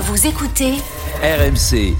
Vous écoutez RMC.